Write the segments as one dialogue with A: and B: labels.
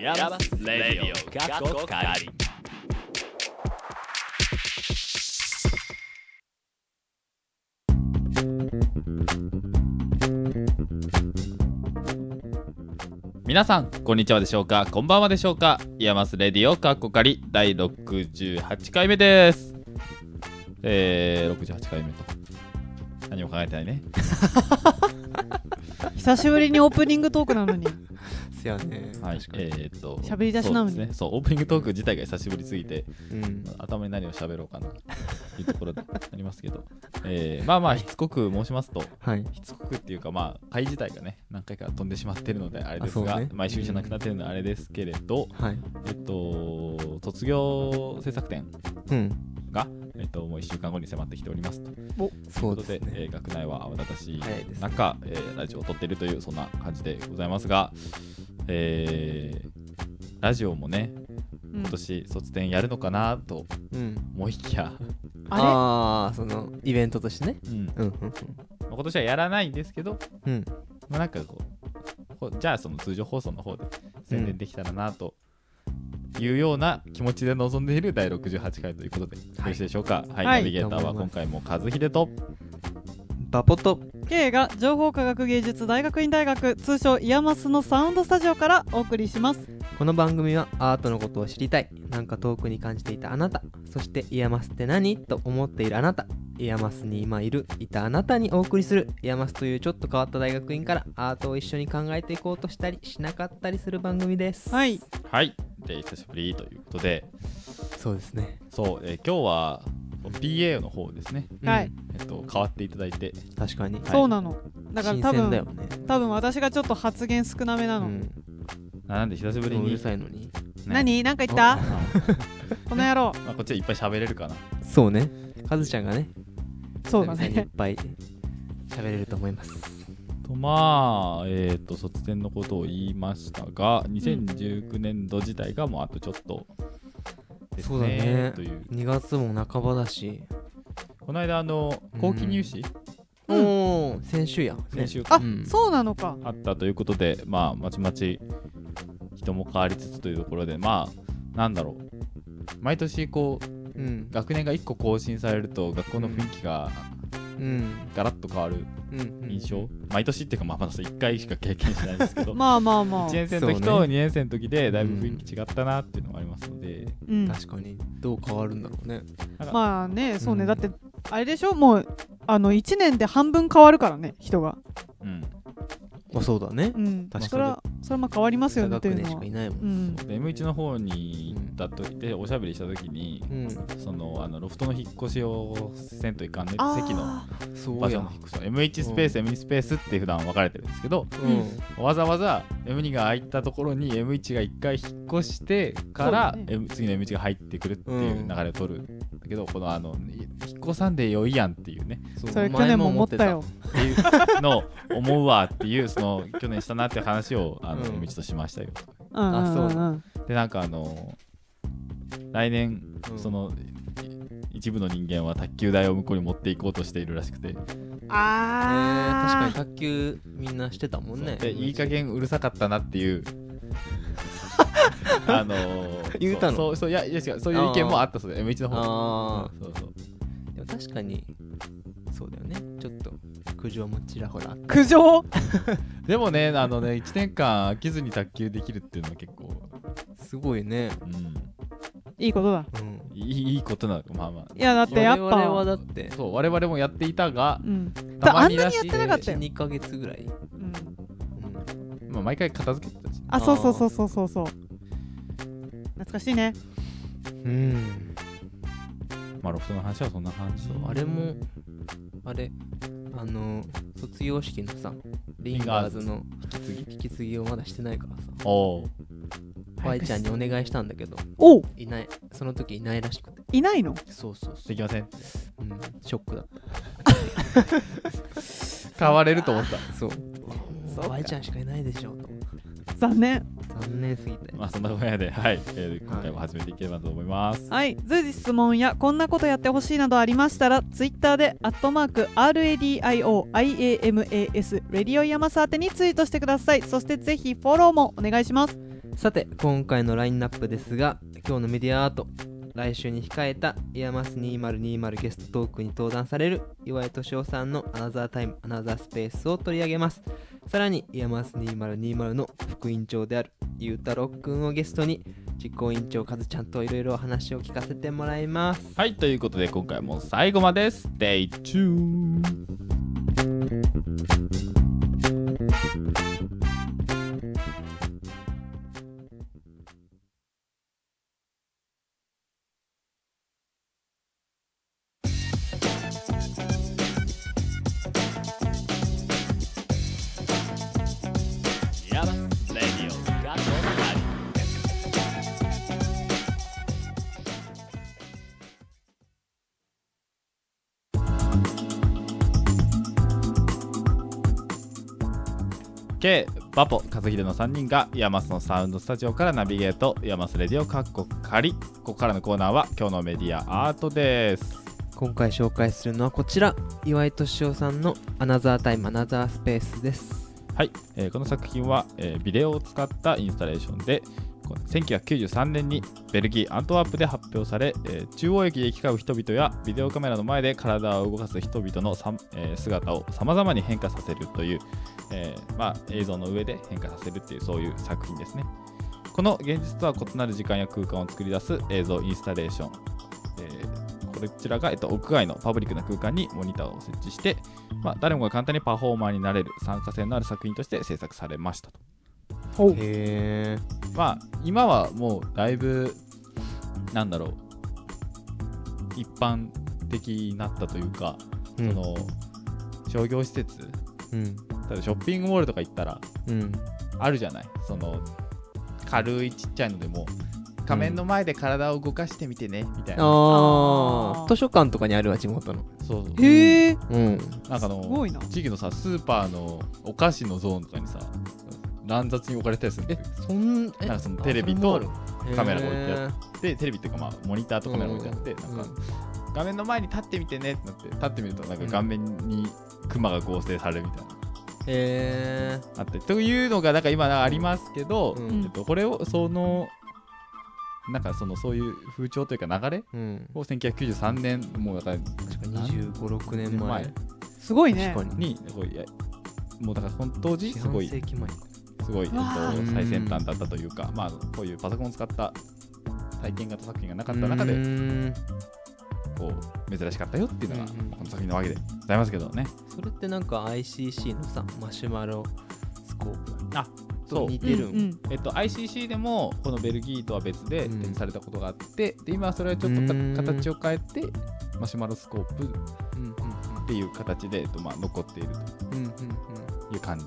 A: ヤマスレディオ過去仮皆さんこんにちはでしょうかこんばんはでしょうかヤマスレディオ過去仮第68回目ですえー、68回目と何も考えてないね
B: 久しぶりにオープニングトークな のに
C: すよね。
A: はい
C: 確、かに
A: えーっと
B: 喋り出しなのに
A: そうですねそうオープニングトーク自体が久しぶりすぎて
C: うん。
A: 頭に何を喋ろうかなというところでありますけど、えーまあまあしつこく申しますと
C: はい。
A: しつこくっていうかまあ会自体がね何回か飛んでしまってるのであれです
C: あ
A: が、
C: そうね
A: 毎週じゃなくなってるのはあれですけれど、
C: はい。
A: えっと卒業制作展
C: うん。
A: が、えっと、もう1週間後に迫ってきておりますという
C: そ
A: こ
C: う
A: と
C: で
A: で、
C: すね。
A: えー学内は慌ただしい
C: 早いですね
A: 中、えーラジオを撮っているというそんな感じでございますが、えーラジオもね
B: うん
A: 今年卒展やるのかなと
C: うん。
A: 思いきや、
B: あ
C: ああ、そのイベントとしてね。
A: うんま
C: うんうん
A: あ今年はやらないんですけど、
C: うん。うん。
A: まあ、なんかこうこうじゃあその通常放送の方で宣伝できたらなというような気持ちで臨んでいる第68回ということで、よろしいでしょうかはい、
B: はい
A: ナビゲーターは今回も和秀と
C: バポと
B: れ K が情報科学芸術大学院大学通称イヤマスのサウンドスタジオからお送りします
C: この番組はアートのことを知りたいなんか遠くに感じていたあなたそしてイヤマスって何と思っているあなたイヤマスに今いるいたあなたにお送りするイヤマスというちょっと変わった大学院からアートを一緒に考えていこうとしたりしなかったりする番組です
B: はい
A: はいで久しぶりということで
C: そうですね
A: そう、えー今日は PA の方ですね、
B: はい
A: えっと、変わっていただいて
C: 確かに
A: はい
B: そうなのだから
C: 新
B: 多
C: 鮮だよ
B: 分
C: ね
B: 多分私がちょっと発言少なめな
C: う
B: の、
C: ん
A: あなんで久しぶり
C: う
A: に、
C: るさいのに
A: ね
B: 何なんか言った
A: あ
B: この野 郎
A: まあ、こっちはいっぱい喋れるかな
C: そうね。カズちゃんがね、
B: そうだ
C: 久々にいっ
B: ね
C: ぱい喋れると思います。
A: とまあえっ、と卒展のことを言いましたが2019年度自体がもうあとちょっとです
C: そうだね
A: という
C: 2月も半ばだし、
A: この間あの後期入試
B: う
C: うんおー先週や。
A: 先週
B: あ、
C: うん
B: そうなのか
A: あったということで、まあまちまち人も変わりつつというところでまあなんだろう毎年こう
C: ね。うん。
A: 学年が1個更新されると学校の雰囲気が
C: うん。
A: ガラッと変わる
C: うん。
A: 印象、毎年っていうかまあまだ1回しか経験しないんですけ ど
B: まあまあまあ
A: 1年生の時と2年生の時でだいぶ雰囲気違ったなっていうのがありますので、
B: うん
C: 確かに。どう変わるんだろうね。
B: まあねそうね、
C: うん
B: だってあれでしょもうあの1年で半分変わるからね人が
A: うん、
C: まあそうだね
B: う。ん
C: 確かに
B: それはそれはまあ変わりますよね
C: 二
B: と
C: 学
B: い
C: 年
B: うの
C: し
B: は
C: かいないも。
B: うんん
A: で M1 の方に行った時でおしゃべりした時に
C: うん。
A: そのあのロフトの引っ越しをせんといかんね
B: あー
A: 席の
C: そ
A: 場
C: う
A: 所
C: や
A: の。引っ越しを M1 スペース M2 スペースって普段分かれてるんですけど
C: うん。
A: わざわざ M2 が入ったところに M1 が1回引っ越してから、
B: そうだ
A: M 次の M1 が入ってくるっていう流れを取るんだけど、このあのい引っ越さんでよいやんっていうね
B: それ去年も思ったよ。
A: っていうのを思うわっていうその去年したなっていう話をあの、
C: うん
A: M1 としましたよ。
B: うんうん
C: あそう
B: うんうん
A: でなんかあの来年
C: う ん
A: そのい一部の人間は卓球台を向こうに持っていこうとしているらしくて、
C: えー
B: あ
C: 確かに卓球みんなしてたもんね。
A: でいい加減うるさかったなって いうあのー
C: 言うたの
A: そうそういやいや違うそういう意見もあったそうで M1 の方
C: あ
A: でそうそう
C: あ。でも確かに、そうだよね。ちょっと苦情もちらほらあった。
B: ー苦情
A: でもねあのね1年間飽きずに卓球できるっていうのは結構、
C: すごいね。
A: うん、
B: いいことだ
C: うん。
A: いいいいことなのまあまあ
B: いやだってやっ
C: 我々は
B: ぱ
C: だって
A: そう我々もやっていたが
B: うん
A: たま
B: あん
A: に
B: な
A: ら
B: に
A: し
B: やっ
A: い
B: てなかったよ、
C: 2ヶ月ぐらい、
B: うん、
A: まあ、毎回片付けてたし
B: あそうそうそうそうそうそう懐かしいね
C: うん、
A: まあロフトの話はそんな感じ
C: あれもあれあの卒業式のさリンガーズの引き継ぎ引き継ぎをまだしてないからさ
A: おお
C: ワイちゃんにお願いしたんだけど
B: おう
C: いないその時いないらしくて
B: いないの
C: そうそうそ
A: できません
C: う、うん、ショックだっ
A: 買われると思った
C: たそう
B: そうか
C: ワイちゃんしかいないでしょうと思って
B: 残念
C: 残念すぎて
A: まあそんなことやで、はい、えー今回も始めていければと思います。
B: はい随時質問やこんなことやってほしいなどありましたらツイッターで「アットマーク #RADIOIAMAS レディオイヤマス宛てにツイートしてくださいそしてぜひフォローもお願いします
C: さて今回のラインナップですが今日のメディアアート来週に控えた「イヤマス2020」ゲストトークに登壇される岩井敏夫さんの「アナザータイムアナザースペース」を取り上げますさらに「イヤマス2020」の副委員長であるゆうたろうくんをゲストに実行委員長かずちゃんといろいろお話を聞かせてもらいます
A: はい、ということで今回も最後まで Stay tuned! ヤバスレディオがどんなりケイバポ、和秀の3人がヤマスのサウンドスタジオからナビゲートヤマスレディオカッコ仮ここからのコーナーは今日のメディアアートです
C: 今回紹介するのはこちら岩井敏夫さんの「アナザータイムアナザースペース」です
A: はい、えーこの作品は、えービデオを使ったインスタレーションでこ1993年にベルギー・アントワープで発表され、えー中央駅で行き交う人々やビデオカメラの前で体を動かす人々のさん、えー姿をさまざまに変化させるという、えーまあ、映像の上で変化させるっていうそういう作品ですねこの現実とは異なる時間や空間を作り出す映像インスタレーション、えーこちらが、えっと、屋外のパブリックな空間にモニターを設置して、まあ、誰もが簡単にパフォーマーになれる参加性のある作品として制作されましたと。
B: ほ
C: へえ
A: まあ今はもうだいぶなんだろう一般的になったというか、
C: う
A: そ
C: ん
A: の商業施設
C: うん
A: 例えばショッピングモールとか行ったら
C: うん
A: あるじゃないその軽いちっちゃいのでも仮面の前で体を動かしてみてねみたいな、
C: あ
B: あー
C: あ図書館とかにあるわ地元の
A: そうそう
B: へえ
C: うん
A: なんかあの
B: すごいな
A: 地域のさスーパーのお菓子のゾーンとかにさ乱雑に置かれてたりするんだよ
C: そん
A: なんかそのテレビとカメラが置いてあ
C: る
A: でテレビっていうかまあモニターとかメラ置いてあって、
C: うん
A: なんか画面の前に立ってみてねってなって立ってみるとなんか
C: うん
A: 画面にクマが合成されるみたいな、
C: へえ
A: あってというのがなんか今ありますけど、
C: う
A: えっ
C: ん
A: と、これをそのなんかそのそういう風潮というか流れ
C: うん
A: を1993年もうだから
C: 確か2 5 6年前
A: 前
B: すごいね
C: 確かに
A: にこうやもうだから本当時
C: 四
A: すご
C: 半
A: い
C: 世紀前か
A: すごい、えっと
B: わあ、
A: 最先端だったというか、まあ、こういうパソコンを使った体験型作品がなか
C: う
A: っ
C: ん
A: た中で
C: うん
A: こう珍しかったよっていうのが、
C: うんうん
A: まあこの作品のわけでございますけどね。
C: それってなんか ICC のさマシュマロスコープ
A: あ
C: と似てる
B: うんうん
A: えっと、ICC でもこのベルギーとは別で
C: うん
A: 展示されたことがあって、で今はそれはちょっとか
C: うん
A: 形を変えてマシュマロスコープっ
C: うんうん
A: ていう形で、えっとまあ、残っている
C: うんうんうん
A: という感じ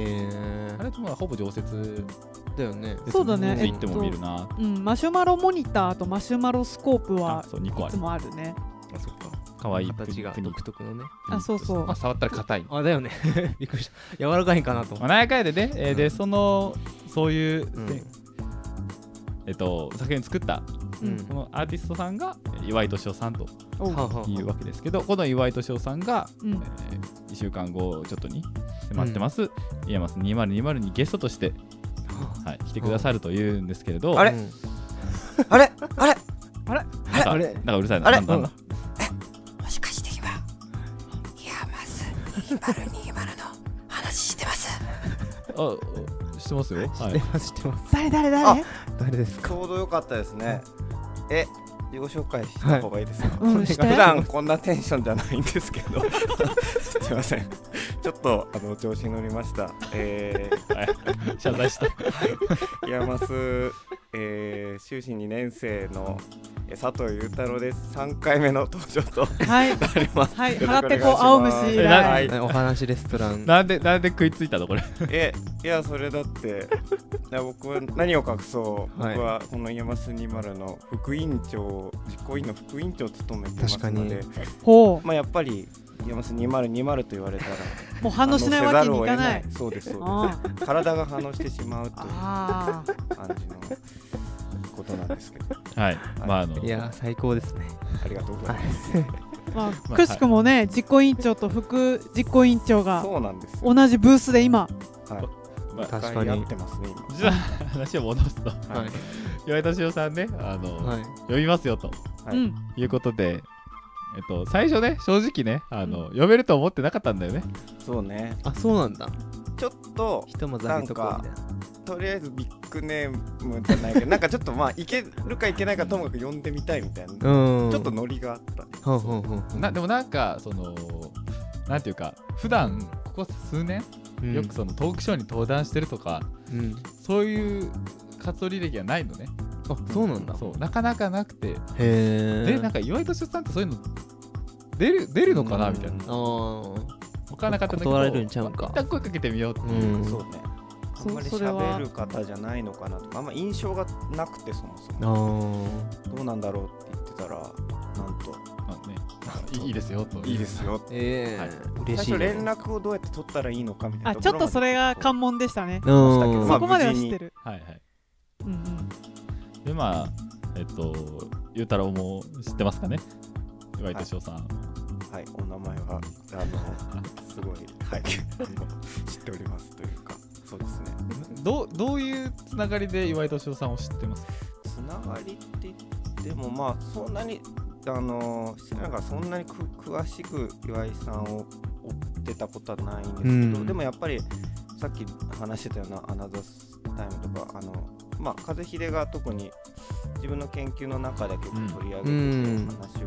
C: へえ
A: あれともほぼ常設です
C: だよね
B: そうだね
A: ついても見るな
B: うん、マシュマロモニターとマシュマロスコープは
A: あそう2個
B: い
A: あ
B: つ
A: る
B: もあるね。
A: あそっかかわいい
C: 形が独特のね
B: あそうそう
A: まあ、触ったら硬い
C: あだよね びっくりした柔らかいんかなと
A: まあ、何回でね、えー
C: うん
A: でそのそういう、
C: うん
A: せえっと、作品作った
B: う
C: うん
B: ん、
A: このアーティストさんがえー岩井敏夫さんと
B: おう
C: はあはあ
A: いうわけですけどこの岩井敏夫さんが、
B: うん
A: え1週間後ちょっとに迫ってます、イヤマス2020にゲストとして、はい、来てくださるというんですけれど
D: あれ
C: うん
D: あれあれ
A: なんか
C: あれ
A: なんかうるさいな
D: あれ
A: なんだなんだ
D: もしかして今いやまず2020の話してます
A: あおしてますよ、
C: 知
A: は
C: っ
A: い
C: てます知ってます
B: 誰誰誰？
C: 誰です
D: ち
C: か
D: ょうどよかったですねえ自己紹介した方がいいですか、
B: うん、して。
D: 普段こんなテンションじゃないんですけど すいませんちょっとあの調子に乗りましたえ
A: はい謝罪した
D: ー、イヤマス、えー、修士2年生のえー佐藤裕太郎です3回目の登場と
B: はい。
D: なります
B: はい
D: よろしくお願します
B: 腹ペコ青虫以来
D: はい
C: お話レストラン
A: なんでなんで食いついたのこれ
D: えいやそれだっていや僕は何を隠そう、
C: はい
D: 僕はこの山ス20の副委員長実行委員の副委員長を務めてますので
C: 確
B: ほう。
D: まあやっぱり山ス2020と言われたら
B: もう 反応しないわけにいかない
D: 反応せざるを得。そうですそう
B: あ
D: です体が反応してしまうという
B: あー。
D: 感じのことなんですけど
A: はい、まああの
C: いやー最高ですね
D: ありがとうございます
B: ま
A: ま
B: あ
A: あ
B: くしくもね、実行委員長と副実行委員長が
D: そうなんですよ
B: 同じブースで今
D: はい
A: まあ
C: 確かに
D: 向い合ってますね今
A: じゃあ話を戻すと
D: はい
A: 岩井敏夫さんねあの、
C: はい
A: 読みますよと
D: はい
B: うん
A: いうことでえっと最初ね正直ねあの、読めると思ってなかったんだよね
D: そうね
C: あそうなんだ
D: ちょっと
C: ひとまずあげとこうみたいな
D: とりあえずビッグネームじゃないけど なんかちょっとまあいけるかいけないかともかく呼んでみたいみたいな、ち
C: うん
D: ょっとノリがあったね
C: ほんほんほんほん
A: なでもなんかそのなんていうか普段ここ数年、
C: うん
A: よくそのトークショーに登壇してるとか
C: うん
A: そういう活動履歴がないのね
C: あそうなんだ
A: そうなかなかなくて
C: へえ
A: でなんか岩井敏夫さんってそういうの出る出るのかなみたいな
D: うん
C: あー
A: 分からなかったんだけど
C: 断られるんちゃうんか
A: 一旦声かけてみようって
C: う
A: いう、
C: ん
D: そうねあんまり
B: そそれは
D: 喋る方じゃないのかなとかあんま印象がなくてそもそ
C: あ
D: も
C: ー
D: どうなんだろうって言ってたらなんと
A: まあね、 いいいですよと
D: いいですよ
C: ええ
A: はい
C: 嬉しい
D: 最初
C: ね
D: 連絡をどうやって取ったらいいのかみたい
B: あ
D: な
B: ちょっとそれが
D: か
B: 関門でしたね
C: う
D: したけど
C: ん
D: まあ
B: そこまでは知ってる
A: はいはい
B: うんうん
A: でまあえっとゆうたろうも知ってますかね岩井敏夫さん、
D: はいお名前はあのすごいはい あの知っておりますというかそうですね
A: どうどういうつながりで岩井敏夫さんを知ってますか
D: つながりって言ってもまあそんなにあの失礼ながらそんなにく詳しく岩井さんを追ってたことはないんですけど、
C: うん
D: でもやっぱりさっき話してたような「アナザースタイム」とかあの、まあ、風秀が特に自分の研究の中で結構取り上げて
C: う
D: て
C: ん
D: 話を聞い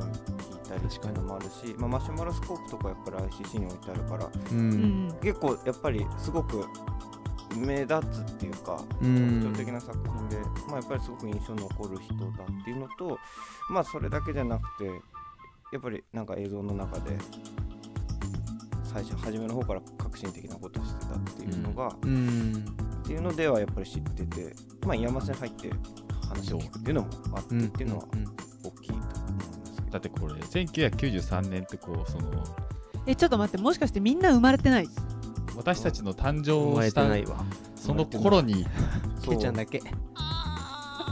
D: たりっていうのもあるし、まあ、マシュマロスコープとかやっぱり ICC に置いてあるから
C: う
B: うんん
D: 結構やっぱりすごく目立つっていうか
C: うん
D: 特徴的な作品で、まあ、やっぱりすごく印象に残る人だっていうのと、まあ、それだけじゃなくてやっぱりなんか映像の中で最初初めの方から革新的なことをしてたっていうのが、
C: うん
D: っていうのではやっぱり知ってて、まあ、山瀬に入って話を聞くっていうのもあってっていうのは大きいと思いますけ
A: だってこれ1993年ってこうその
B: えちょっと待ってもしかしてみんな生まれてない
A: 私たちの誕生
C: 思
A: を
C: え
A: してた
C: ないわ
A: その頃に
D: ど
C: ケイちゃんだけ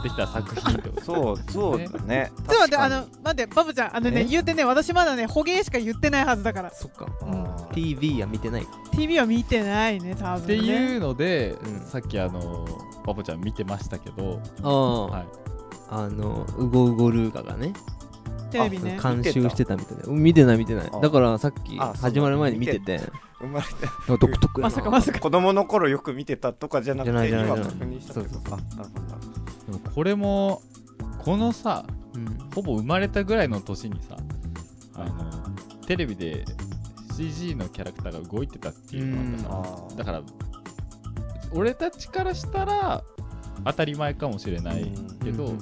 A: できた作品ってこと
D: そうそうそうだ ね
B: ちょっと待ってあ
D: 確
B: の待ってバブちゃんあのね
D: え
B: 言うてね私まだね捕鯨しか言ってないはずだから
C: そっか
D: かにあー
C: TV は見てないか
B: TV は見てないね多
A: って
B: 分
A: い
B: ね
A: うので、
C: うん
A: さっきあのバボちゃん見てましたけど、
C: ああ、
A: はい、
C: あのウゴウゴルーガがね
B: テレビね
C: 監修してたみたいな見てない見てない
D: あ
C: だからさっき
D: あそう
C: 始まる前に見てて
D: 生まれて
C: なんか独特やな
B: まさかまさか
D: 子供の頃よく見てたとかじゃな
C: じ
D: くて
C: ゃないじゃない
D: 今
C: じゃない
D: 確認したってことかなるほどなるほど
A: でもこれもこのさ
C: うん
A: ほぼ生まれたぐらいの年にさあのテレビで CG のキャラクターが動いてたっていうのがあったさ
D: あー
A: だから俺たちからしたら当たり前かもしれない、
D: うん
A: けど
C: うんうん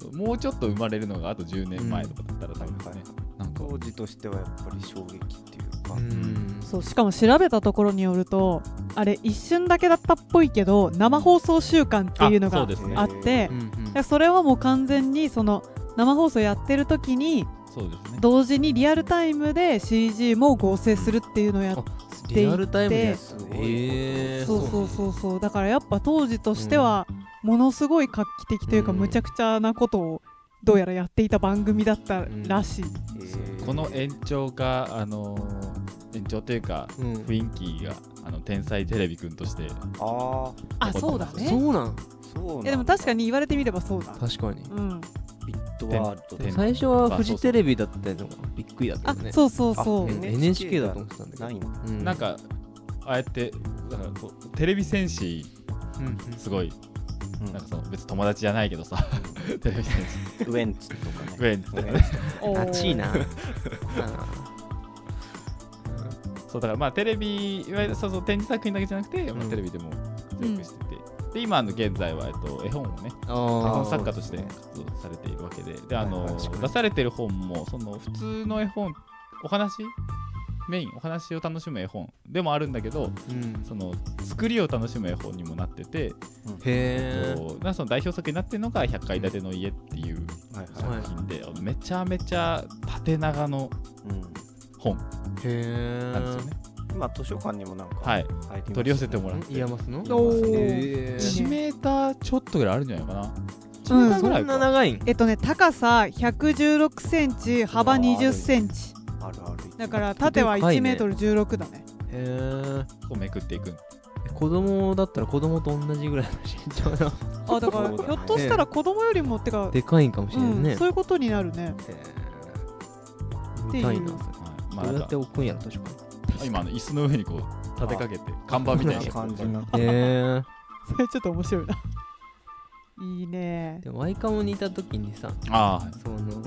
A: そうもうちょっと生まれるのがあと10年前とかだったら多分ね、なんか
D: 当時としてはやっぱり衝撃っていうか、
C: うんうん
B: そうしかも調べたところによるとあれ一瞬だけだったっぽいけど生放送週間っていうの
A: あそ
B: が
A: うですね
B: あって
C: うんうん
B: でそれはもう完全にその生放送やってる時に
A: そうですね
B: 同時にリアルタイムで CG も合成するっていうのをやっ
C: あリアルタイムです
D: で
C: えー
B: そうそうそうそうだからやっぱ当時としてはものすごい画期的というか
C: うん
B: むちゃくちゃなことをどうやらやっていた番組だったらしい、
D: えー
A: この延長があのー延長というか
C: うん
A: 雰囲気があの天才テレビくんとして
D: ああ
B: あそうだ
C: そ
B: ね
C: うなん
D: そうなん
B: いやでも確か
D: に
B: に言われてみればそうだ
C: 確かに
B: うん
D: ビットワールド
A: てん
C: 最初はフジテレビだったのがびっくりだった
B: あ
C: よね
B: そうそうそう
D: あ
C: うん NHK だと思ってたんだけど
D: ないんだ
C: う
A: なんかああやってだからこうテレビ戦士
C: うんうん
A: すごい
D: うん
A: なんかその別に友達じゃないけどさテレビ戦士
D: ウエンツとかね
A: ウエンツとかね
D: ウエンツ
B: おー
C: あちいなあ
A: そうだからまあテレビいわゆるそうそう展示作品だけじゃなくて、ま
C: う
A: あ、
C: ん
A: テレビでも活躍してて、で今の現在は、えっと、絵本をね
C: ー
A: 絵本
C: あ
A: 作家として活動されているわけでであの、
D: はいはい
A: 出されてる本もその普通の絵本お話メインお話を楽しむ絵本でもあるんだけど
C: うん
A: その作りを楽しむ絵本にもなってて、
C: へえ
A: こうなその代表作になってるのが「100階建ての家」っていう
D: はいはい、
C: は
A: 作品で、めちゃめちゃ縦長の
D: うん
A: 本
C: へえ
A: なんですよね、
D: 今図書館にもなんか
A: はい
D: 入りますね
A: 取り寄せてもらっ
C: イヤ
A: て
C: マスの
B: おー
C: へー
A: 1メーターちょっとぐらいあるんじゃないかな
B: う
A: 1メー
B: ん
A: ター
C: そ
A: ぐらい
C: ん
A: か
C: な長いん
B: えっとね高さ116センチ幅
D: あー
B: 20センチ
D: あるある
B: だから縦は
C: 深
B: 1
C: いね
B: メートル16だね
C: へえ
A: こうめくっていく
C: 子供だったら子供と同じぐらいの身長の
B: あだから
D: そう
B: ひ
D: だね
B: ょっとしたら子供よりもってか、
C: でかいんかもし
B: う
C: れない
B: ん
C: ね
B: そういうことになるね
C: えー
B: っ
C: 見
B: ていう
C: たいな
A: はいまあ
C: どう
A: なん
C: やって
A: か
C: 置くんやろ確か
A: 今あの椅子の上にこう立てかけて看板みたいなやつ
D: 感じになって
C: にえ
B: それちょっと面白いないいね
C: でもワイカモにいた時にさ
A: ああはい
C: その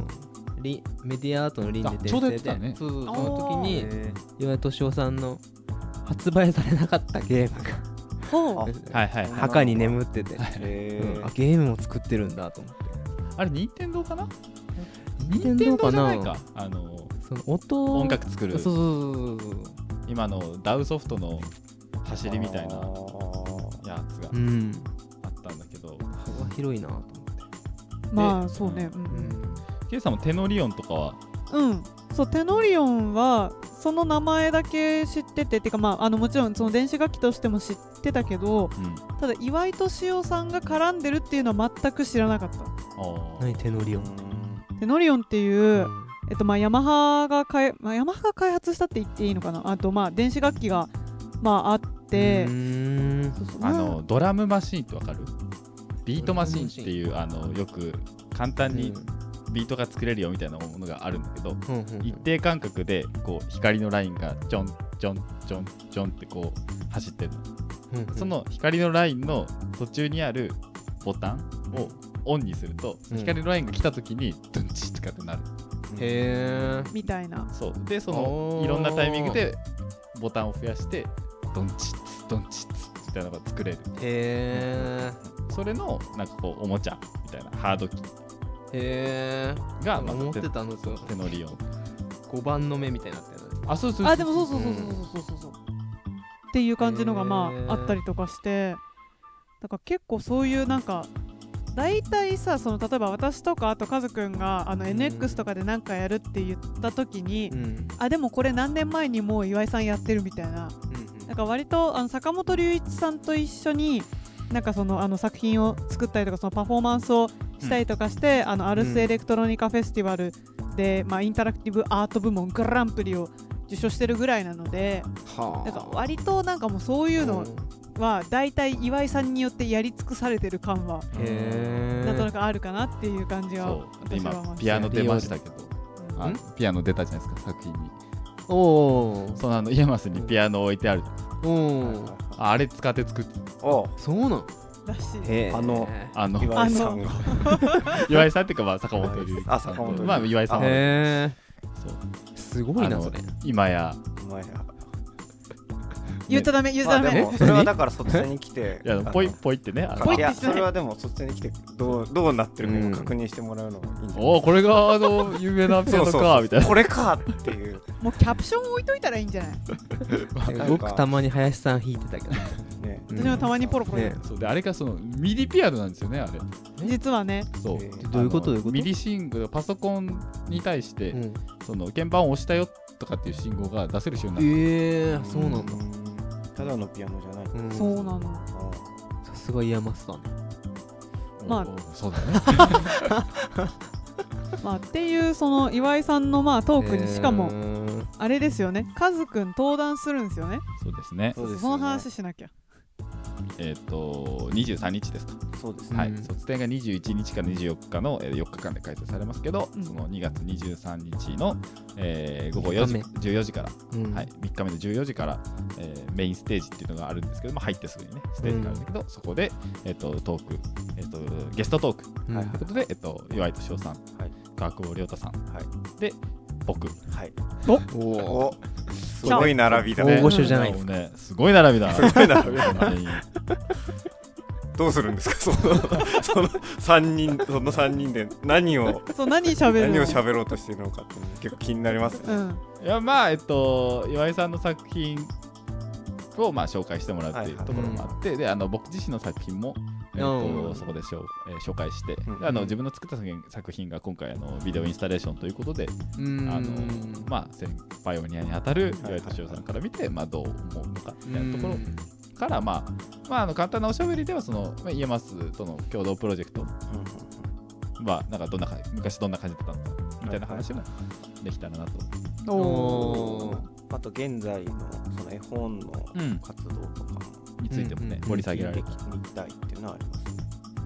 C: リメディアアートの輪廻転
A: あちょうど
C: 生
A: やっ
C: で
A: てたね
C: そうそうそ
B: あー
C: の時に
D: えー
C: 岩井敏夫さんの発売されなかったゲームが
B: ほう
D: あ
A: はいはい
C: 墓に眠ってて、
D: え
C: うんあ
D: ー
C: ゲームも作ってるんだと思って
A: あれ任天堂かな
C: 任
A: 任天堂じゃないかあの
C: その音を
A: 音楽作る
C: そうそうそうそうそう
A: 今のダウソフトの走りみたい
D: あ
A: な
D: ー
A: やつが
C: うん
A: あったんだけど
C: 幅広いなと思って
B: まあそうねう、
C: うんん
A: ケイさんもテノリオンとかは
B: うん、そうテノリオンはその名前だけ知ってててかまああのもちろんその電子楽器としても知ってたけど
A: うん
B: ただ岩井敏夫さんが絡んでるっていうのは全く知らなかった
A: あ
C: 何手乗り
D: う
C: を
D: ん
B: テノリオンっていう、
C: うん
B: えっとまあ、ヤマハがかい、まあ、ヤマハが開発したって言っていいのかなあとまあ電子楽器がまああって
C: うーん
B: そうそう
A: あ
B: ま
A: のドラムマシーンってわかるビートマシーンっていうあのよく簡単にビートが作れるよみたいなものがあるんだけど
C: うんうんうん
A: 一定間隔でこう光のラインがちょんちょんちょんちょんってこう走ってるの
C: うんうん
A: その光のラインの途中にあるボタンをオンにすると
C: うん
A: 光のラインが来た時にドゥンチッとかってなる
C: へえ
B: みたいな
A: そうでその
C: おー
A: いろんなタイミングでボタンを増やしてドンチッツドンチッツみたいなのが作れる
C: へ
A: それのなんかこうおもちゃみたいなハード機
C: えへえ
A: がま
C: 思
A: あ
C: って
A: テ
C: たのと
A: テノリオン
C: 5番の目みたいになってる
A: あそうそうそう
B: あでもそうそうそうそうそうそうそうっていう感じのがま
C: へー
B: ああったりとかしてだから結構そういうなんか大体さその例えば私とかあとカズくんがあの
C: うん
B: NX とかで何かやるって言った時に、
C: うんうん
B: あでもこれ何年前にもう岩井さんやってるみたいななんか割とあの坂本龍一さんと一緒になんかそのあの作品を作ったりとかそのパフォーマンスをしたりとかして、あのアルスエレクトロニカフェスティバルで、まあ、インタラクティブアート部門グランプリを受賞してるぐらいなので
D: は
B: なんか割となんかもうそういうのは大体岩井さんによってやり尽くされてる感は
A: うん
C: へえ
B: なんとなくあるかなっていう感じは
A: そうで
B: 私はま
A: 今
B: あ
A: ピアノ出ましたけど
B: うん
A: あピアノ出たじゃないですか作品に
C: おー
A: そのあのイヤマスにピアノ置いてあるじゃん
C: お
D: はいはい
C: ー
D: はい
A: ああれ使って作って
D: あ
C: そうなん
B: らしい
C: へー
D: あの
A: あの
D: 岩井さんが
A: 岩井さんっていうかまあ坂本龍一
D: あ
A: さん
D: 坂本龍一
A: まあ岩井さんはね
C: へ
A: そう
C: えすごい
A: あ
C: な
A: の
C: それ
A: 今や
D: お前ら
B: 言っちゃダメ言っち
D: ま
B: ゃ
D: あ
B: ダ
D: で
B: メ、
D: もそれはだから卒生に来て
A: いやポイポイってねあの
B: ポイっ
D: い
B: て
D: や
B: しない
D: それはでも卒生に来てどうどうなってる
C: うん
D: かを確認してもらうのがいいんじゃない
A: おおこれがあの有名なピア
D: そう
A: ノ
D: そう
A: かみたいな
D: これかっていう
B: もうキャプション置いといたらいいんじゃない
D: なんか
C: 僕たまに林さん弾いてたけど
D: ね
C: うん
B: 私もたまにポロポロ、
C: ね
A: そうであれがそのミディピアノなんですよねあれ
B: 実はね
A: そう
D: えー
A: あの
C: どういうことどういうこと
A: ミディシングルパソコンに対して、
C: うん
A: その鍵盤を押したよとかっていう信号が出せるようになる
C: ええそうなんだ
D: んただのピアノじゃない
C: うん
B: そうなの
C: さすがイヤマスだね
B: まあ
A: おーそうだね
B: まあ、っていうその岩井さんのまあトークにしかもあれですよねカズくん登壇するんですよね
A: そうですね
D: そうですよね
B: その話しなきゃ
A: えっ、と23日ですか、
D: そうです
A: は
D: ね
A: い
C: うん
A: 卒展が21日から24日の、えー4日間で開催されますけど、
B: うん
A: その2月23日の、えー午後4時
C: 三
A: 14時から、
C: うん
A: はい、3日目の14時から、えーメインステージっていうのがあるんですけど、まあ、入ってすぐにねステージがあるんだけど、そこで、えっとトーク、えっとゲストトーク
C: うん
D: はいは
A: ということで、えっと、岩井敏夫さん、
D: はい
A: 川久保亮太さん、
D: は
A: で僕
D: はい
C: おー
D: おすごい並びだ
C: 大
D: ね
C: 御所じゃないです
A: か、ね、すごい並びだ
D: すごい並びだ
A: 本当に
D: どうするんですかそのその三人その三人で何を
B: そう何喋るの
D: 何を喋ろうとしているのかっていうの結構気になりますね
B: うん
A: いやまあえっと岩井さんの作品をまあ紹介してもらうっていうところもあって、であの僕自身の作品も、えっ
C: う
A: と、
C: ん
A: そこでしょう、えー紹介して、
D: うん
A: であの自分の作った作品作品が今回あのビデオインスタレーションということで、
C: うん
A: あのまあ、先輩オニアにあたる岩井敏夫さんから見て、まあ、どう思うのかみたいなところから、まあまあ、あの簡単なおしゃべりではその、まあ、イエマスとの共同プロジェクトはなんかどんなか昔どんな感じだったのかみたいな話もできたらなと
B: おー
D: あと現在のその絵本の
A: うん
D: 活動とかも
A: についてもね、
C: うん
A: 掘り下げられ
D: で
A: る
D: きたいっていうのはあります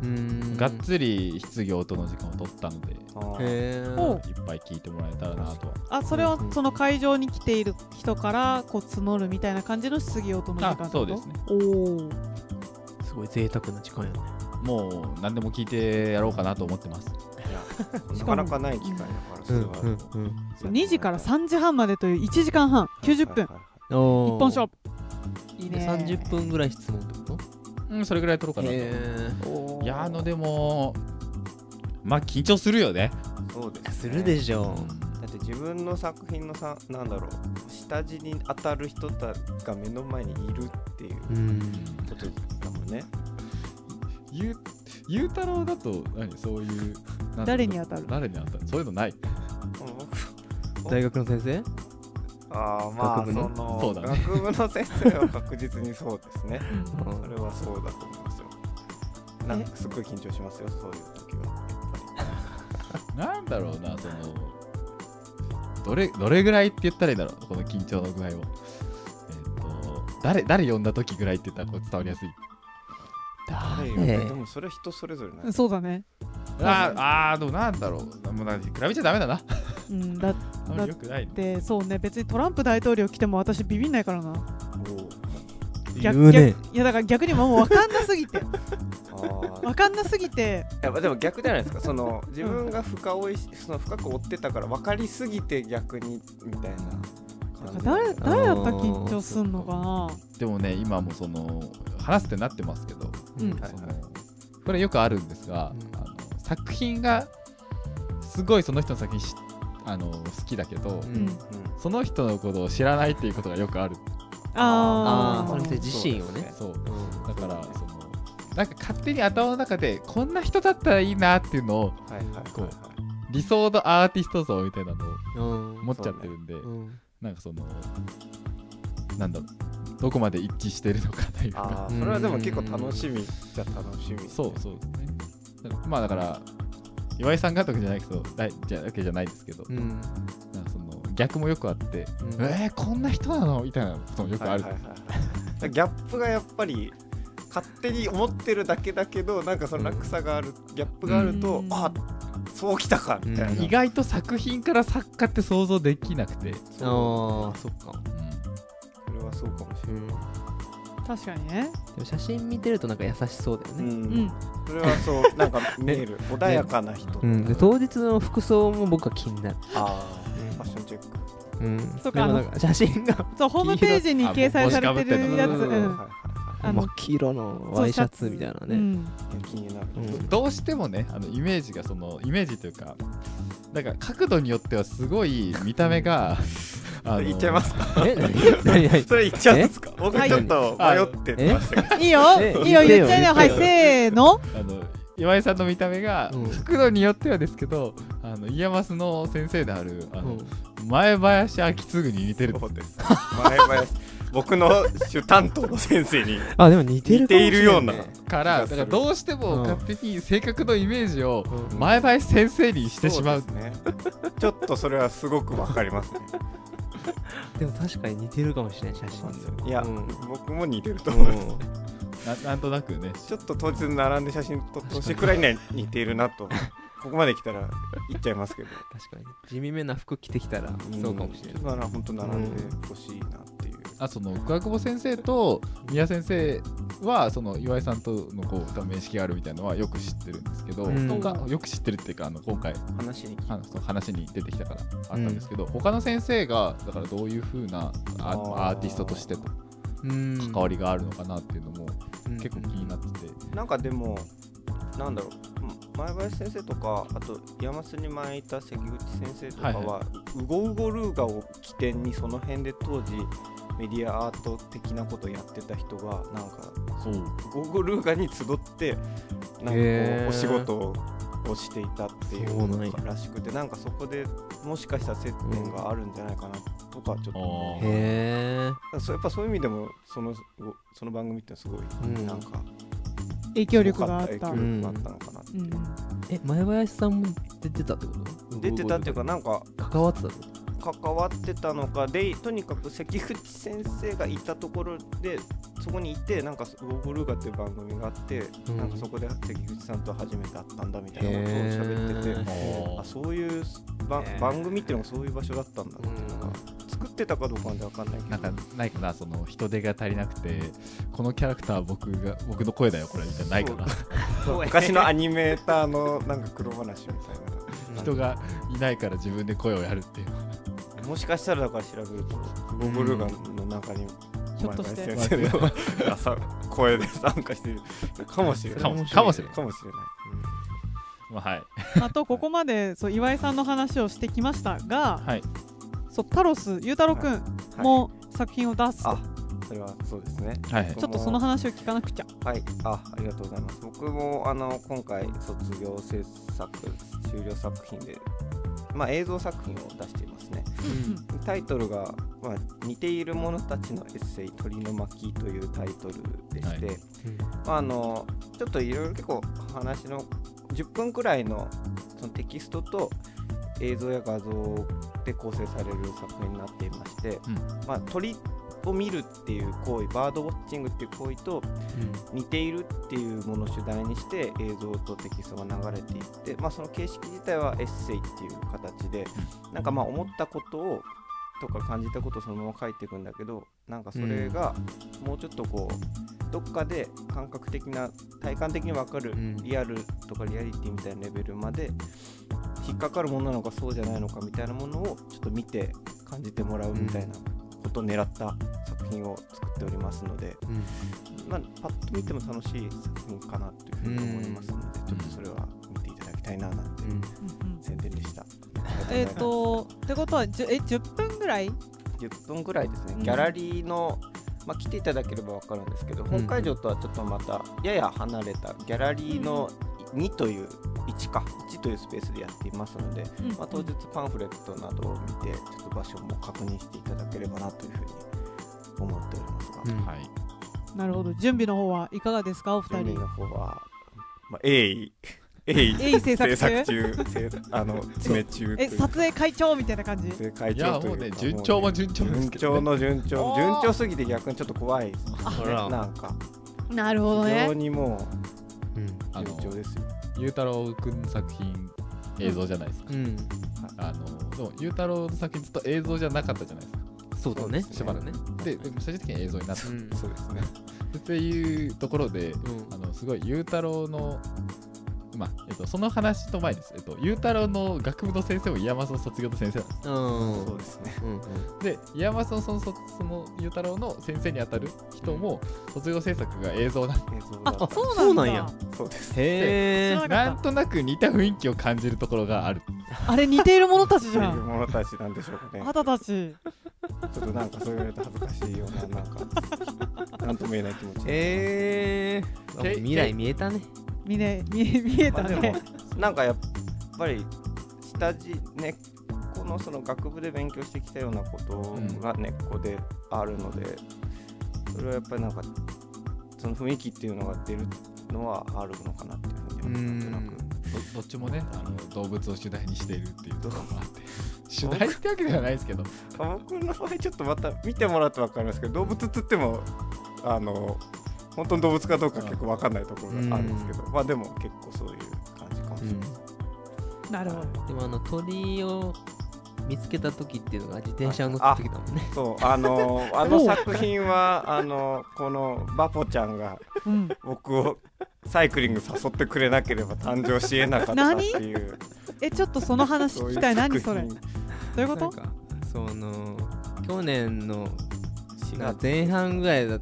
C: うーん
A: がっつり失業との時間を取ったのでいっ
D: あー
C: へ
B: おう
A: ぱい聞いてもらえたらなとは
B: あそれはその会場に来ている人からこう募るみたいな感じの質疑応答の時間って
A: あ
B: こと
A: そうですね
B: おお
C: ーすごい贅沢な時間やね
A: もう何でも聞いてやろうかなと思ってます
D: いやなかなかない機会だからそれは、
C: うんうん
B: 2時から3時半までという1時間半90分
D: はいはいはい
C: うんお
B: 一本勝負いい
C: で
B: ね
C: 30分ぐらい質問ってこ
A: うんそれぐらい取ろう
C: と
A: かなと
C: え
A: いやあのでもまあ緊張するよね
D: そうです、ね、
C: するでしょ
D: だって自分の作品のさなんだろう下地に当たる人たちが目の前にいるっていう
C: ううん
D: ことだもんね
A: ゆゆうたろうだと何そういうなんだろう
B: 誰に当たる
A: 誰に当たるそういうのない
C: 大学の先生
D: ああまあ
C: 学部の
D: その
A: そうだね
D: 学部の先生は確実にそうですねそれはそうだと思いますよなんかすごい緊張しますよそういう時はやっ
A: なんだろうなそのどれどれぐらいって言ったらいいんだろうこの緊張の具合をえっ、と誰誰呼んだ時ぐらいって言ったらこう伝わりやすい
D: ぱり
C: 誰
D: 誰よでもそれは人それぞれなんです
B: そうだね、
A: あーあーでもなんだろうもうなんか比べちゃダメだな
B: うん、だっ
A: あんまりよくない
B: てそうね別にトランプ大統領来ても私ビビんないからな
C: 言
B: 逆
C: うね
B: 逆いやだから逆にもう分かんなすぎて
D: おーあー
B: 分かんなすぎて
D: いやでも逆じゃないですかその自分が深追いしその深く追ってたから分かりすぎて逆にみたいな感じ
B: 誰
D: だ
B: 誰やったら緊張すんのかな
A: でもね今もその話すってなってますけど、
B: うん
D: はい
A: そ
D: は
A: の
D: い
A: これよくあるんですが、
C: うん
A: あの作品がすごいその人の作品しあの好きだけど、
B: うん
D: うん
A: その人のことを知らないっていうことがよくある
C: ああ
B: あ
C: そ
B: ー
C: の人自身をね
A: そう
C: うん
A: だからそのなんか勝手に頭の中でこんな人だったらいいなっていうのを
D: はいはいはい
A: こ
D: は
A: う
D: い
A: 理想のアーティスト像みたいなのを
C: うん
A: 持っちゃってるんで、
C: うん
A: なんかそのなんだろうどこまで一致してるのかというか
D: あーそれはでも結構楽しみじゃ楽しみ
A: そうそうですねだからまあだから岩井さんがとかじゃないけどだいじゃわけじゃないですけど、
C: うん
A: なんかその逆もよくあって、
C: うん
A: えー、こんな人なのみたいなこともよくある、
D: はいはいはいはいギャップがやっぱり勝手に思ってるだけだけどなんかその落差がある、ギャップがあると、
B: うん
D: あそうきたかみたいな、
C: うん
A: 意外と作品から作家って想像できなくて、
D: そう
C: ああそっか
D: それはそうかもし
C: うんで
B: 確かにね
C: も写真見てるとなんか優しそうだよ
D: れな
C: ね
D: い、
B: うん、
D: うんそれはそうなんか 見える穏やかな人、
C: うんで当日の服装も僕は気になる
D: あ
C: う
D: ー
C: ん
D: ファッションチェック
C: うん
B: そうか
C: でもなんか写真が
B: そうホームページに掲載されて
A: あ
B: る
A: 帽子
B: や
A: か
B: つ、
A: ぶ
C: って
B: う
D: は
C: る
D: いはい
B: ん、
D: は
C: 真っ黄色のワイシャツみたいな
B: う
C: ね
B: ん
D: いいや気になる、
C: うん
A: どうしてもねあのイメージがそのイメージというかなんか角度によってはすごい見た目があ
D: 言っちゃいますか
C: え 何何
D: それ言っちゃうんですか僕ちょっと
A: はい
D: 迷ってましたけど
B: いいよ
C: え
B: いい
C: 言
B: よ
C: って
B: 言
C: よ
B: っちゃいなよは
C: 言
B: い
C: ってよ
B: せーの
A: あの岩井さんの見た目が、
C: うん
A: 角度によってはですけどあの家康の先生であるあの、
C: うん
A: 前林明次に似てる
D: そうです前林僕の主担当の先生に
C: あでも 似てるかも
D: 似て
C: しれ
D: い
C: んね
D: るような
A: からだ
D: 気がす
A: か
D: る
A: らどうしても勝手に性格のイメージを
C: うん
A: 前林先生にしてしまう
D: そですねちょっとそれはすごくわかりますね
C: でも確かに似てるかもしれない写真
D: いや、
C: うん
D: 僕も似てると思います
C: うん
A: ななんとなくね
D: ちょっと当日並んで写真撮ってほしいくらいには似ているなとここまで来たら言っちゃいますけど
C: 確かに地味めな服着てきたらそうかもしれない、
D: だから本当並んでほしいなっていう、
A: あその桑久保先生と宮先生はその岩井さんとのこう多分面識があるみたいなのはよく知ってるんですけど、
C: うん
A: 他よく知ってるっていうかあの今回
D: 話に
A: あのその話に出てきたからあったんですけど、他の先生がだからどういう風なあ
D: あー
A: アーティストとしてと
C: うん
A: 関わりがあるのかなっていうのも結構気になってて、
D: なんかでもなんだろう前林先生とかあと山洲に前いた関口先生とかは、
A: はいは
D: ウゴウゴルーガを起点にその辺で当時メディアアート的なことをやってた人がなんか
A: そう
D: ウゴウゴルーガに集ってなんかこ
C: へー
D: うお仕事をしていたってい
C: そうなんや
D: うらしくてなんかそこでもしかしたら接点があるんじゃないかなとかちょっと思
A: あ
D: う
A: ー
C: へえ
D: だからそうやっぱそういう意味でもそのその番組ってすごい
C: うん
D: なんか
B: 影響力があった
D: 影響力があったのかなって
B: うん
C: え前林さんも出てたってこと
D: 出てたっていうかなんか
C: 関わってたってこ
D: 関わってたのかでとにかく関口先生がいたところでそこにいてなんか「ウォーブルーガ」っていう番組があって、
C: うん
D: なんかそこで関口さんと初めて会ったんだみたいなことを喋ってて。あそういうば
C: へー
D: 番組っていうのがそういう場所だったんだっていうのが作ってたかどうかまで分かんないけど
E: なんかないかなその人手が足りなくてこのキャラクターは僕が僕の声だよこれみたいなないかな
D: そう昔のアニメーターのなんか黒話みたいな
E: 人がいないから自分で声をやるっていう
D: もしかしたらだから調べるとゴブルガンの中に
B: ひょっとして
D: 前林先生の朝声で参加しているかもしれない
A: かもかもしれない
D: かもしれない
A: まあはい
B: あとここまでそう岩井さんの話をしてきましたが、
A: はい
B: そうタロスゆうたろうくん
D: はい
B: も作品を出すと、
D: あそれはそうですね
A: はい
B: ちょっとその話を聞かなくちゃ。
D: はい、あ、ありがとうございます。僕もあの今回卒業制作終了作品で、まあ映像作品を出していますね。タイトルが、まあ、似ている者たちのエッセイ鳥の巻というタイトルでして、
A: は
D: まああのちょっといろいろ結構話の10分くらいのそのテキストと映像や画像で構成される作品になっていまして、
A: うん
D: まあ鳥を見るっていう行為バードウォッチングっていう行為と似ているっていうものを主題にして映像とテキストが流れていって、まあ、その形式自体はエッセイっていう形で、なんかまあ思ったことをとか感じたことをそのまま書いていくんだけどなんかそれがもうちょっとこうどっかで感覚的な体感的に分かる
C: うん
D: リアルとかリアリティみたいなレベルまで引っかかるものなのかそうじゃないのかみたいなものをちょっと見て感じてもらうみたいなことを狙った作品を作っておりますので。まあ、パッと見ても楽しい作品かなというふうに思いますので、ちょっとそれは見ていただきたいななんて宣伝でした。
B: えっ、とってことはじゅえ10分ぐらい
D: 10分ぐらいですね
B: う、ん
D: ギャラリーの、まあ、来ていただければ分かるんですけど、
C: ん
D: 本会場とはちょっとまたやや離れたギャラリーの2という、1か、1というスペースでやっていますので、まあ、当日パンフレットなどを見て、ちょっと場所も確認していただければなというふうに思っておりますが。
A: はい
B: なるほど準備の方はいかがですかお二
D: 準備
B: 人
D: の方は、まあ、鋭意鋭意
B: 鋭意制作中
D: 中制作あの詰め中とい
B: え
D: う
B: 撮影会長みたいな感じ
D: 撮影会
E: いや
D: 長と
E: も
D: いう
E: うね
D: か
E: 順調
D: も
E: も
D: うね
E: 順調です
D: 順
E: け
D: 調
E: ど、ね、
D: の順調
B: おー
D: 順調すぎて逆にちょっと怖いですね
C: あら
D: なんか
B: なるほど
D: 非
B: ね
D: 常にもう
E: あの
D: 順調ですよ
E: ゆうたろうくんの作品映像じゃないですか、
C: うん
E: あのでもゆうたろうの作品ずっと映像じゃなかったじゃないですか
C: そうだね
D: そうですね
C: しばらくね
E: ででも最終的に映像になった
C: うん
D: そうですね
E: っていうところであのすごいゆうたろうのまあえっと、その話の前です、えっと、ゆうたろうの学部の先生も岩政の卒業の先生なんです
C: うん
D: そうですね
C: うん
E: で岩政のそのそそのゆうたろうの先生にあたる人も卒業制作が映像なんで
D: 映像だった
C: あそう
B: そうなんだ
C: そうなんや
D: そうです
C: へえ
B: 知らな
E: な
B: か
E: ん
B: っ
E: となく似た雰囲気を感じるところがある
B: たあれ似ている者たちじ
D: そうい
B: ゃ
D: うん 者たちなんでしょうかね
B: あなたたち
D: ちょっとなんかそう言われると恥ずかしいようななんかなんとも言えない気持ちになります
C: へえ
E: け
C: 未来見えたね
B: 見ね見え見えた
D: まあでも
B: ね
D: なんかやっぱり下地根っこのその学部で勉強してきたようなことが根っこであるので、それはやっぱりなんかその雰囲気っていうのが出るのはあるのかなっていうふうに思ってなく
E: どどっちもねあの動物を主題にしているっていうところもあって主題ってわけではないですけど
D: 僕の場合ちょっとまた見てもらうと分かるんですけど動物っつってもあの本当に動物かどうか結構分かんないところがあるんですけど、まあでも結構そういう感じかもしれないです。
B: なるほど
C: でもあの鳥を見つけた時っていうのが自転車を乗った時だもんね
D: そう あのあの作品はあのこのバポちゃんが
B: うん
D: 僕をサイクリング誘ってくれなければ誕生しえなかったっていう
B: えちょっとその話
D: そう
B: 聞
D: いう
B: きたい何そ
D: 作
B: れ
D: 品
B: どういうこ
C: な
B: と
C: んかその去年のなんか前半ぐらいは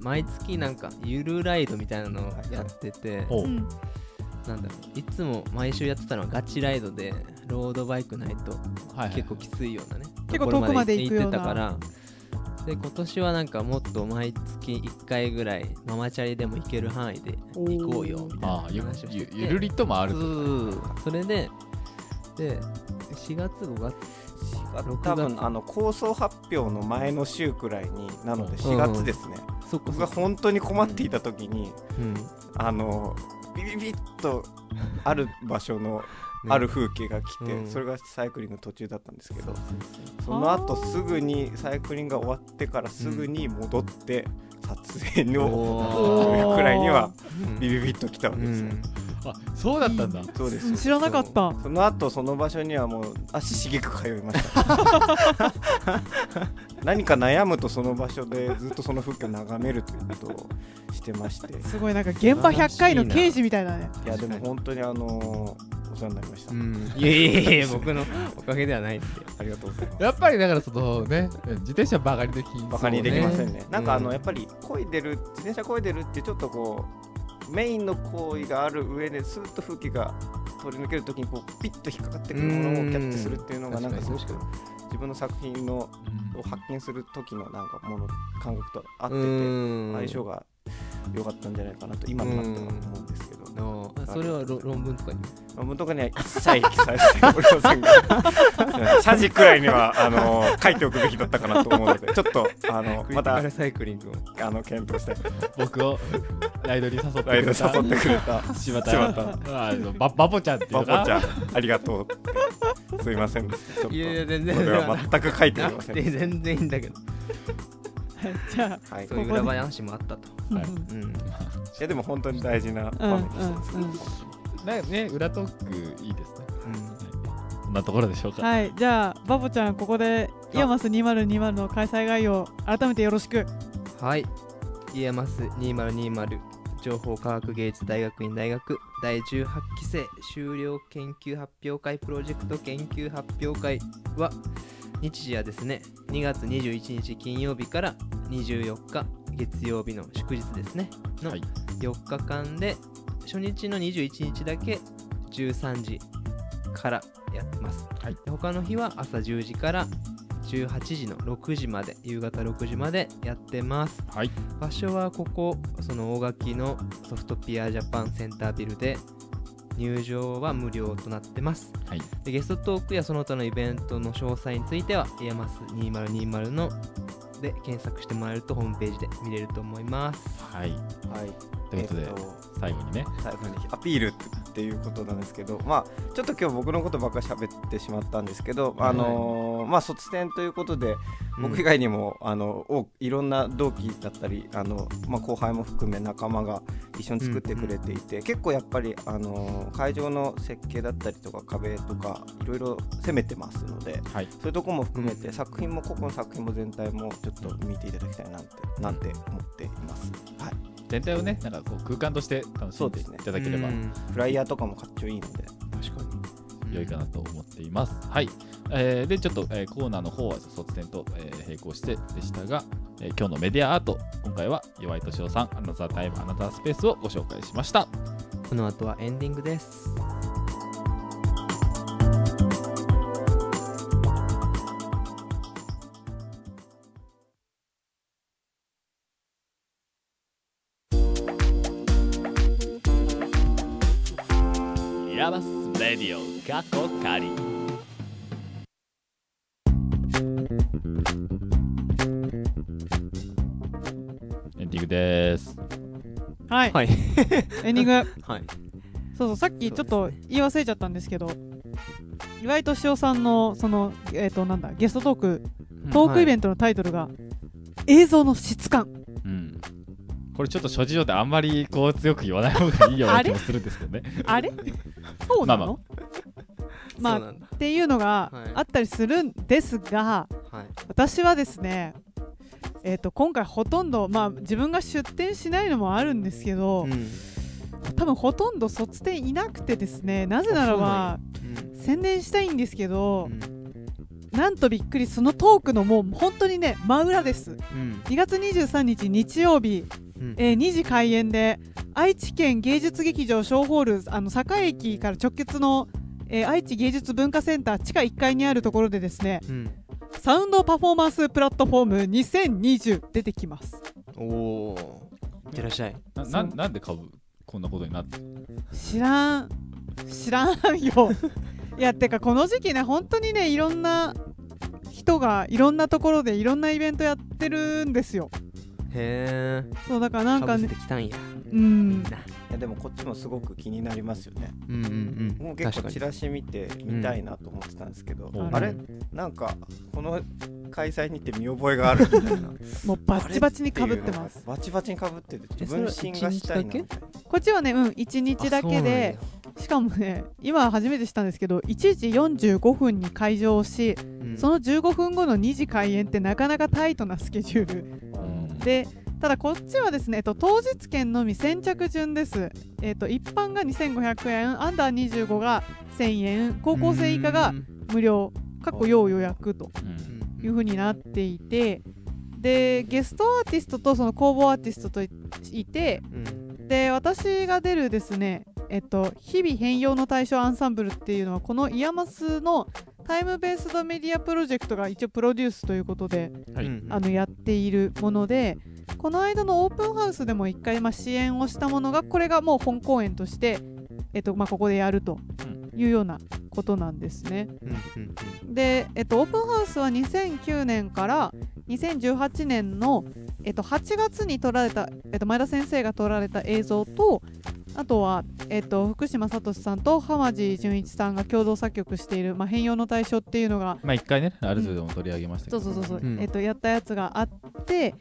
C: 毎月なんかゆるライドみたいなのをやってて
E: ほ
B: うん
C: なんだろういつも毎週やってたのはガチライドでロードバイクないと
E: はいはい
C: 結構きついようなね
B: 結構遠くまで行くような
C: ところまで行ってたからで今年はなんかもっと毎月1回ぐらいママチャリでも行ける範囲で行こうよみたい
E: まあ
C: な
E: ゆ
C: 話をして
E: ゆ
C: て
E: ゆるりともある
C: そうそうそうそれでで4月5月
D: 多分あの構想発表の前の週くらいになので4月ですね、
C: そっか
D: 僕
C: そ
D: が
C: っか
D: 本当に困っていた時に、
C: うん
D: あのビビビッとある場所のある風景が来て、
C: うん
D: それがサイクリング途中だったんですけど、
C: う
D: その後すぐにサイクリングが終わってからすぐに戻って撮影の
B: おー
D: くらいには
C: ん
D: ビビビッと来たわけですね、
E: あそうだったんだ
D: そうですよ
B: 知らなかった
D: そうその後その場所にはもう足しげく通いました 何か悩むとその場所でずっとその風景を眺めるということをしてま して
B: すごいなんか現場100回の刑事みたいだね
D: いやでも本当にあのお世話になりました、
C: うんいやいやいや僕のおかげではないって
D: ありがとうございます
E: やっぱりだからそのね自転車バカにでき
D: バカにできません
E: ね
D: ねなんかあの、
C: うん
D: やっぱり漕いでる自転車漕いでるってちょっとこうメインの行為がある上ですっと風景が通り抜けるときにこうピッと引っかかってくるものをキャッチするっていうのが
E: うん
D: なんかすごく
E: 確かに
D: 自分の作品の
E: うん
D: を発見する時のなんかもの感覚と合ってて
C: 相
D: 相性が良かったんじゃないかなと今になっては思うんですけど、ま
C: それはろ論文とかに
D: あ、文とかには一切記載しておりませんが 謝辞くらいにはあの書いておくべきだったかなと思うのでちょっとあのまた
C: クリティカルサイクリングを
D: あの検討したい
E: 僕をライドに誘ってく
D: ライド
E: れ
D: に
E: た
D: 誘ってくれた
E: 柴田
D: 柴
E: あのババボちゃんっていう
D: バ
E: の
D: ボ
E: かな
D: ちゃんありがとうすいませんちょっとこ
C: いやいや
D: れ
C: 全然
D: は全く書いて お
C: な
D: りませ
C: く
D: ん
C: て全然いいんだけど
B: じゃ
D: はい、い
C: そういう裏話もあったと
B: あ、
E: はい
B: うん
C: うん
D: やでも本当に大事な
B: うんう
D: 場
B: ん
D: 面でした
B: うん
E: なんかね裏トークいいですねはいそんなところでしょうか
B: はいじゃあバボちゃんここでイヤマス2020の開催概要改めてよろしく
C: はい。イエマス2020情報科学芸術大学院大学第18期生修了研究発表会プロジェクト研究発表会は日時はですね2月21日金曜日から24日月曜日の祝日ですねの
E: はい
C: 4日間で初日の21日だけ13時からやってます、
E: はい
C: 他の日は朝10時から18時の6時まで夕方6時までやってます
E: はい
C: 場所はここその大垣のソフトピアジャパンセンタービルで入場は無料となってます
E: はい
C: でゲストトークやその他のイベントの詳細については「イヤマス2020の」で検索してもらえるとホームページで見れると思います
E: はい
D: はい
E: ということで
D: えっと
E: 最後にね
D: 最後にアピールっていうことなんですけど、まあ、ちょっと今日僕のことばっかり喋ってしまったんですけど、あのーまあ、卒展ということで僕以外にも、あのおいろんな同期だったりあの、まあ、後輩も含め仲間が一緒に作ってくれていて、結構やっぱり、あのー会場の設計だったりとか壁とかいろいろ攻めてますので。
E: はい
D: そういうとこも含めて、
C: うん
D: 作品も個々の作品も全体もちょっと見ていただきたいなって、なんて思っています。はい、
E: 全体をねなんかこう空間として楽しんでいただければ
C: うん
D: フライヤーとかもかっちょいいので、
C: 確かに
E: 良いかなと思っています。はい、えーでちょっと、えーコーナーの方は卒点と、えー並行してでしたが、えー今日のメディアアート今回は岩井敏夫さん「アナザータイムアナザースペース」をご紹介しました。
C: この後はエンディングです
A: ヤバスレディオ過去仮
E: エンディングです。
B: はい、
C: はい
B: エンディング
C: はい
B: そうそうさっきちょっ
C: そう
B: と
C: ですね
B: 言い忘れちゃったんですけど岩井敏夫さんのその、えー、となんだゲストトークトークイベ
C: ン
B: ントのタイトルが、映像の質感
E: うんこれちょっと諸事情であんまりこう強く言わない方がいいような気もするんですけどね。
B: あれそうなのまあ
C: そうなんだ
B: っていうのが
C: はい
B: あったりするんですが
C: はい
B: 私はですねえー、と今回ほとんど、まあ、自分が出展しないのもあるんですけど、
C: うん
B: 多分ほとんど卒展いなくてですねなぜならば宣伝したいんですけど、
C: うん
B: なんとびっくりそのトークのもう本当にね真裏です
C: うん
B: 2月23日日曜日、
C: うん
B: えー2時開演で愛知県芸術劇場小ホールあの栄駅から直結の、えー愛知芸術文化センター地下1階にあるところでですね
C: うん
B: サウンドパフォーマンスプラットフォーム2020出てきます
C: おおいってらっしゃい
E: なななんで株こんなことになって
B: 知らん知らんよ いやてかこの時期ね本当にねいろんな人がいろんなところでいろんなイベントやってるんですよ
C: へえ
B: そうだからなんか
C: かぶせ
B: ね
C: てきたんや
B: う
C: みん
B: ん
C: な
D: やでもこっちもすごく気になりますよね
C: うんうんうん
D: もう結
C: 確か
D: 構
C: に
D: チラシ見て見たいなと思ってたんですけど、
A: うん
D: あれなんかこの開催にって見覚えがあるみたいな
B: もうバッチバチにかぶってます
D: すバチバチにかぶってて
C: えそれ
D: 分身がしたいなみたいな
B: こっちはねうん1日だけで
C: あ
B: しかもね今初めてしたんですけど1時45分に開場し
C: そうなんやうん
B: その15分後の2時開演ってなかなかタイトなスケジュール
A: うん
B: でただこっちはですね、えっと、当日券のみ先着順です、えっと、一般が2500円アンダー25が1000円高校生以下が
C: うん
B: 無料過去要予約と
A: うん
B: いうふうになっていてでゲストアーティストとその公募アーティストといいて
C: うん
B: で私が出るですね、えっと、日々変容の対象アンサンブルっていうのはこのイヤマスのタイムベースドメディアプロジェクトが一応プロデュースということで、
A: はい
C: うんうん
B: あのやっているものでこの間のオープンハウスでも一回まあ支援をしたものがこれがもう本公演として、えっとまあ、ここでやるというようなことなんですね。
C: うんうん
B: で、えっと、オープンハウスは2009年から2018年の、えっと、8月に撮られた、えっと、前田先生が撮られた映像とあとは、えっと、福島聡さんと浜地純一さんが共同作曲している「まあ、変容の対象」っていうのが
A: まあ一回ねあれぞれでも取り上げましたけ
B: そ
A: ど、
B: うそうそうそう、
C: うん
B: えっと、やったやつがあって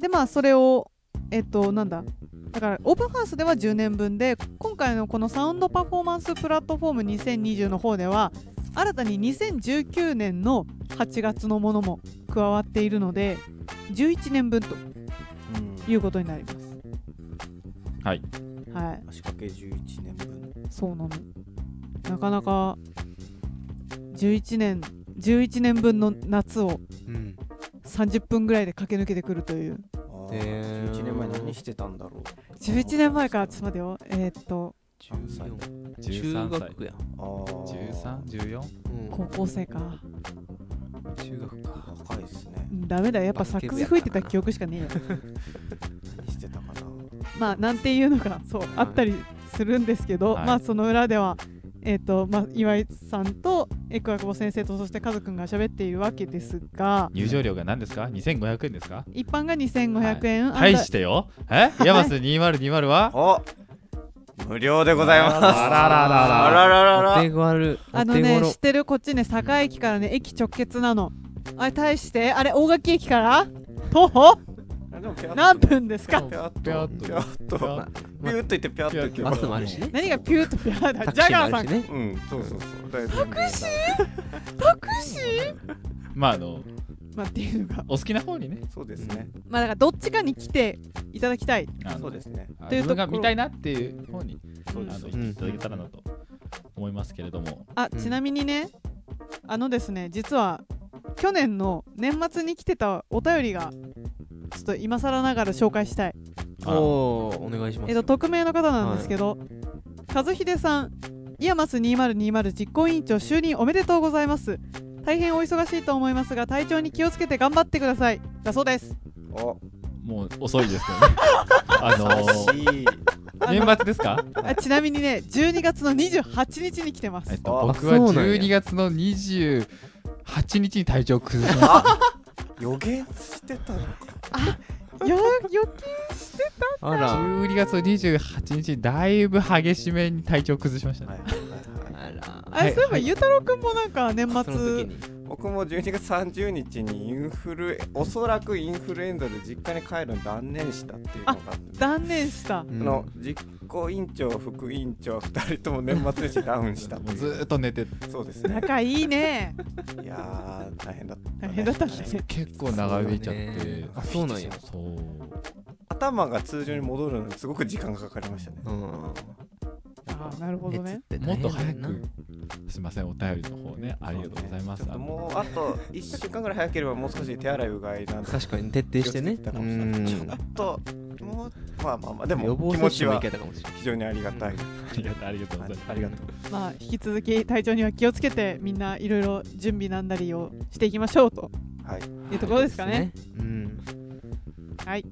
B: でまあそれをえっとなんだだからオープンハウスでは10年分で今回のこのサウンドパフォーマンスプラットフォーム2020の方では新たに2019年の8月のものも加わっているので11年分と
D: うん
B: いうことになります
A: はい
B: はい
D: 足掛け11年分
B: そうなのなかなか11年11年分の夏を
C: うんうん
B: 30分ぐらいで駆け抜けてくるという
D: あー
C: へー
D: 11年前何してたんだろう
B: 11年前からちょっと待ってよえーっと
D: 13
C: 14
A: 13
C: 中
A: 歳
C: 学や
D: あー
A: 1314
C: うん
B: 高校生か
C: 中学か
D: 若いですね
B: うんダメだよやっぱサックス吹いてた記憶しかねえよ
D: 何してたかな
B: まあなんていうのがそうあったりするんですけど、
A: はい
B: まあその裏ではえっ、とまあ岩井さんとえくわくぼ先生とそしてカズくんが喋っているわけですが
A: 入場料が何ですか2500円ですか
B: 一般が2500円、アンダー
A: 対してよえヤマス2020は
D: あ無料でございます
A: あらららら
D: あらららら
C: お手軽
B: あのね知ってるこっちね坂駅からね駅直結なのあれ対してあれ大垣駅から徒歩何分ですか
D: ぴゃっと
A: ぴ
D: ぴ
A: ゃ
D: ゃ
A: っ
D: っ
A: と
D: と
A: ぴゃっ
C: ま
D: ピューっといってぴゃっといけば
C: バスもあるしね
B: 何がピューとピュー
C: タ
B: だジ
C: ク
B: ャ
C: シー
B: ガ
C: も
B: ーさ
C: あ
B: ん
C: るしね
D: うんそうそうそうだいぶタクシ
A: まああの
B: まあっていうのが
A: お好きな方にね
D: そうですね
B: まあだからどっちかに来ていただきたい
A: あの
D: そうですね
A: あ
B: という
A: 自
B: ところ
A: 分が見たいなっていう方に
B: そうで
A: あ
B: す
A: の
C: うん
A: 行っていただけたらなと思いますけれども、
B: あ、
C: うん
B: ちなみにねあのですね実は去年の年末に来てたお便りがちょっと今更ながら紹介したい
A: あの
C: おーお願いします
B: えっと匿名の方なんですけど、和秀さんイヤマス2020実行委員長就任おめでとうございます大変お忙しいと思いますが体調に気をつけて頑張ってくださいだそうです
D: お
A: もう遅いですよ ねあの
D: 優しい
A: 年末ですか
B: あちなみにね12月の28日に来てま
A: えっ
B: す
A: と
D: あ
A: 僕は
C: そうなんや
A: 12月の28日に体調を崩しました
D: あ予言してたのか
B: よよ
C: あら
A: 12月の28日にだいぶ激しめに体調を崩しましたね、
D: はいはいはい
C: あら
B: あ
A: は
B: れ
A: い
B: そういえばゆうたろうくんもなんか年
C: その時
B: 末
C: に
D: 僕も12月30日にインフルエおそらくインフルエンザで実家に帰るの断念したっていうのがあって
B: 断念した
C: う
D: あ
C: ん
D: の実行委員長副委員長2人とも年末年始ダウンしたって
A: もう
D: い
A: ず
D: う
A: ーっと寝て
D: そうですね
B: 仲いいね
D: いやー大変だった、ね、
B: 大変だったね
A: 結構長引いちゃっ
C: そうだ
A: て
C: ねあそうなんや
A: そう
D: 頭が通常に戻るのにすごく時間がかかりましたね
C: うん
B: ああなるほど
C: 熱っ
B: ね。
C: て
A: もっ
C: 大変
A: と
C: だ
A: 早
C: よな
A: くすいませんお便りの方ねありがとうございます
D: ちょっともうあと1週間ぐらい早ければもう少し手洗いうがいなんで
C: 確かに徹底してね
D: 気をつけたかもしれないちょっともうまあまあまあで
C: うん予
D: も気
C: 防接
D: 持ち
C: 種もい
D: は
C: けたかもしれない
D: 非常にありがたい、
A: ありがとうありがとうございます
D: ありがとう
B: まあ引き続き体調には気をつけてみんないろいろ準備なんだりをしていきましょうと
D: はい
B: いうところですかね。
C: うん
B: はい。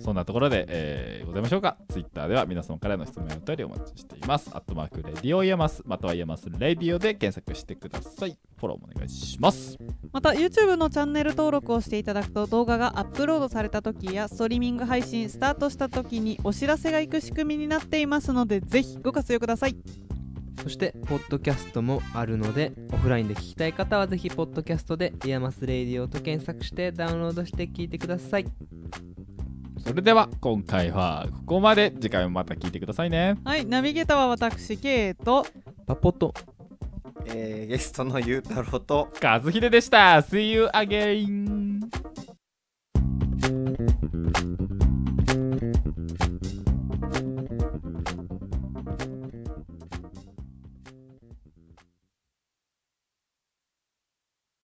A: そんなところで、えーございましょうか。Twitter では皆様からの質問やお便りをお待ちしています。アットマークレディオイヤマス、またはイヤマスレディオで検索してください。フォローもお願いします。
B: また YouTube のチャンネル登録をしていただくと動画がアップロードされた時やストリーミング配信スタートした時にお知らせがいく仕組みになっていますのでぜひご活用ください
C: そしてポッドキャストもあるのでオフラインで聞きたい方はぜひポッドキャストで「イヤマスレディオ」と検索してダウンロードして聞いてください
A: それでは今回はここまで。次回もまた聞いてくださいね。
B: はいナビゲーターは私 K と
C: パポと
F: えーゲストのゆうたろうと
A: 和秀でした。See you again!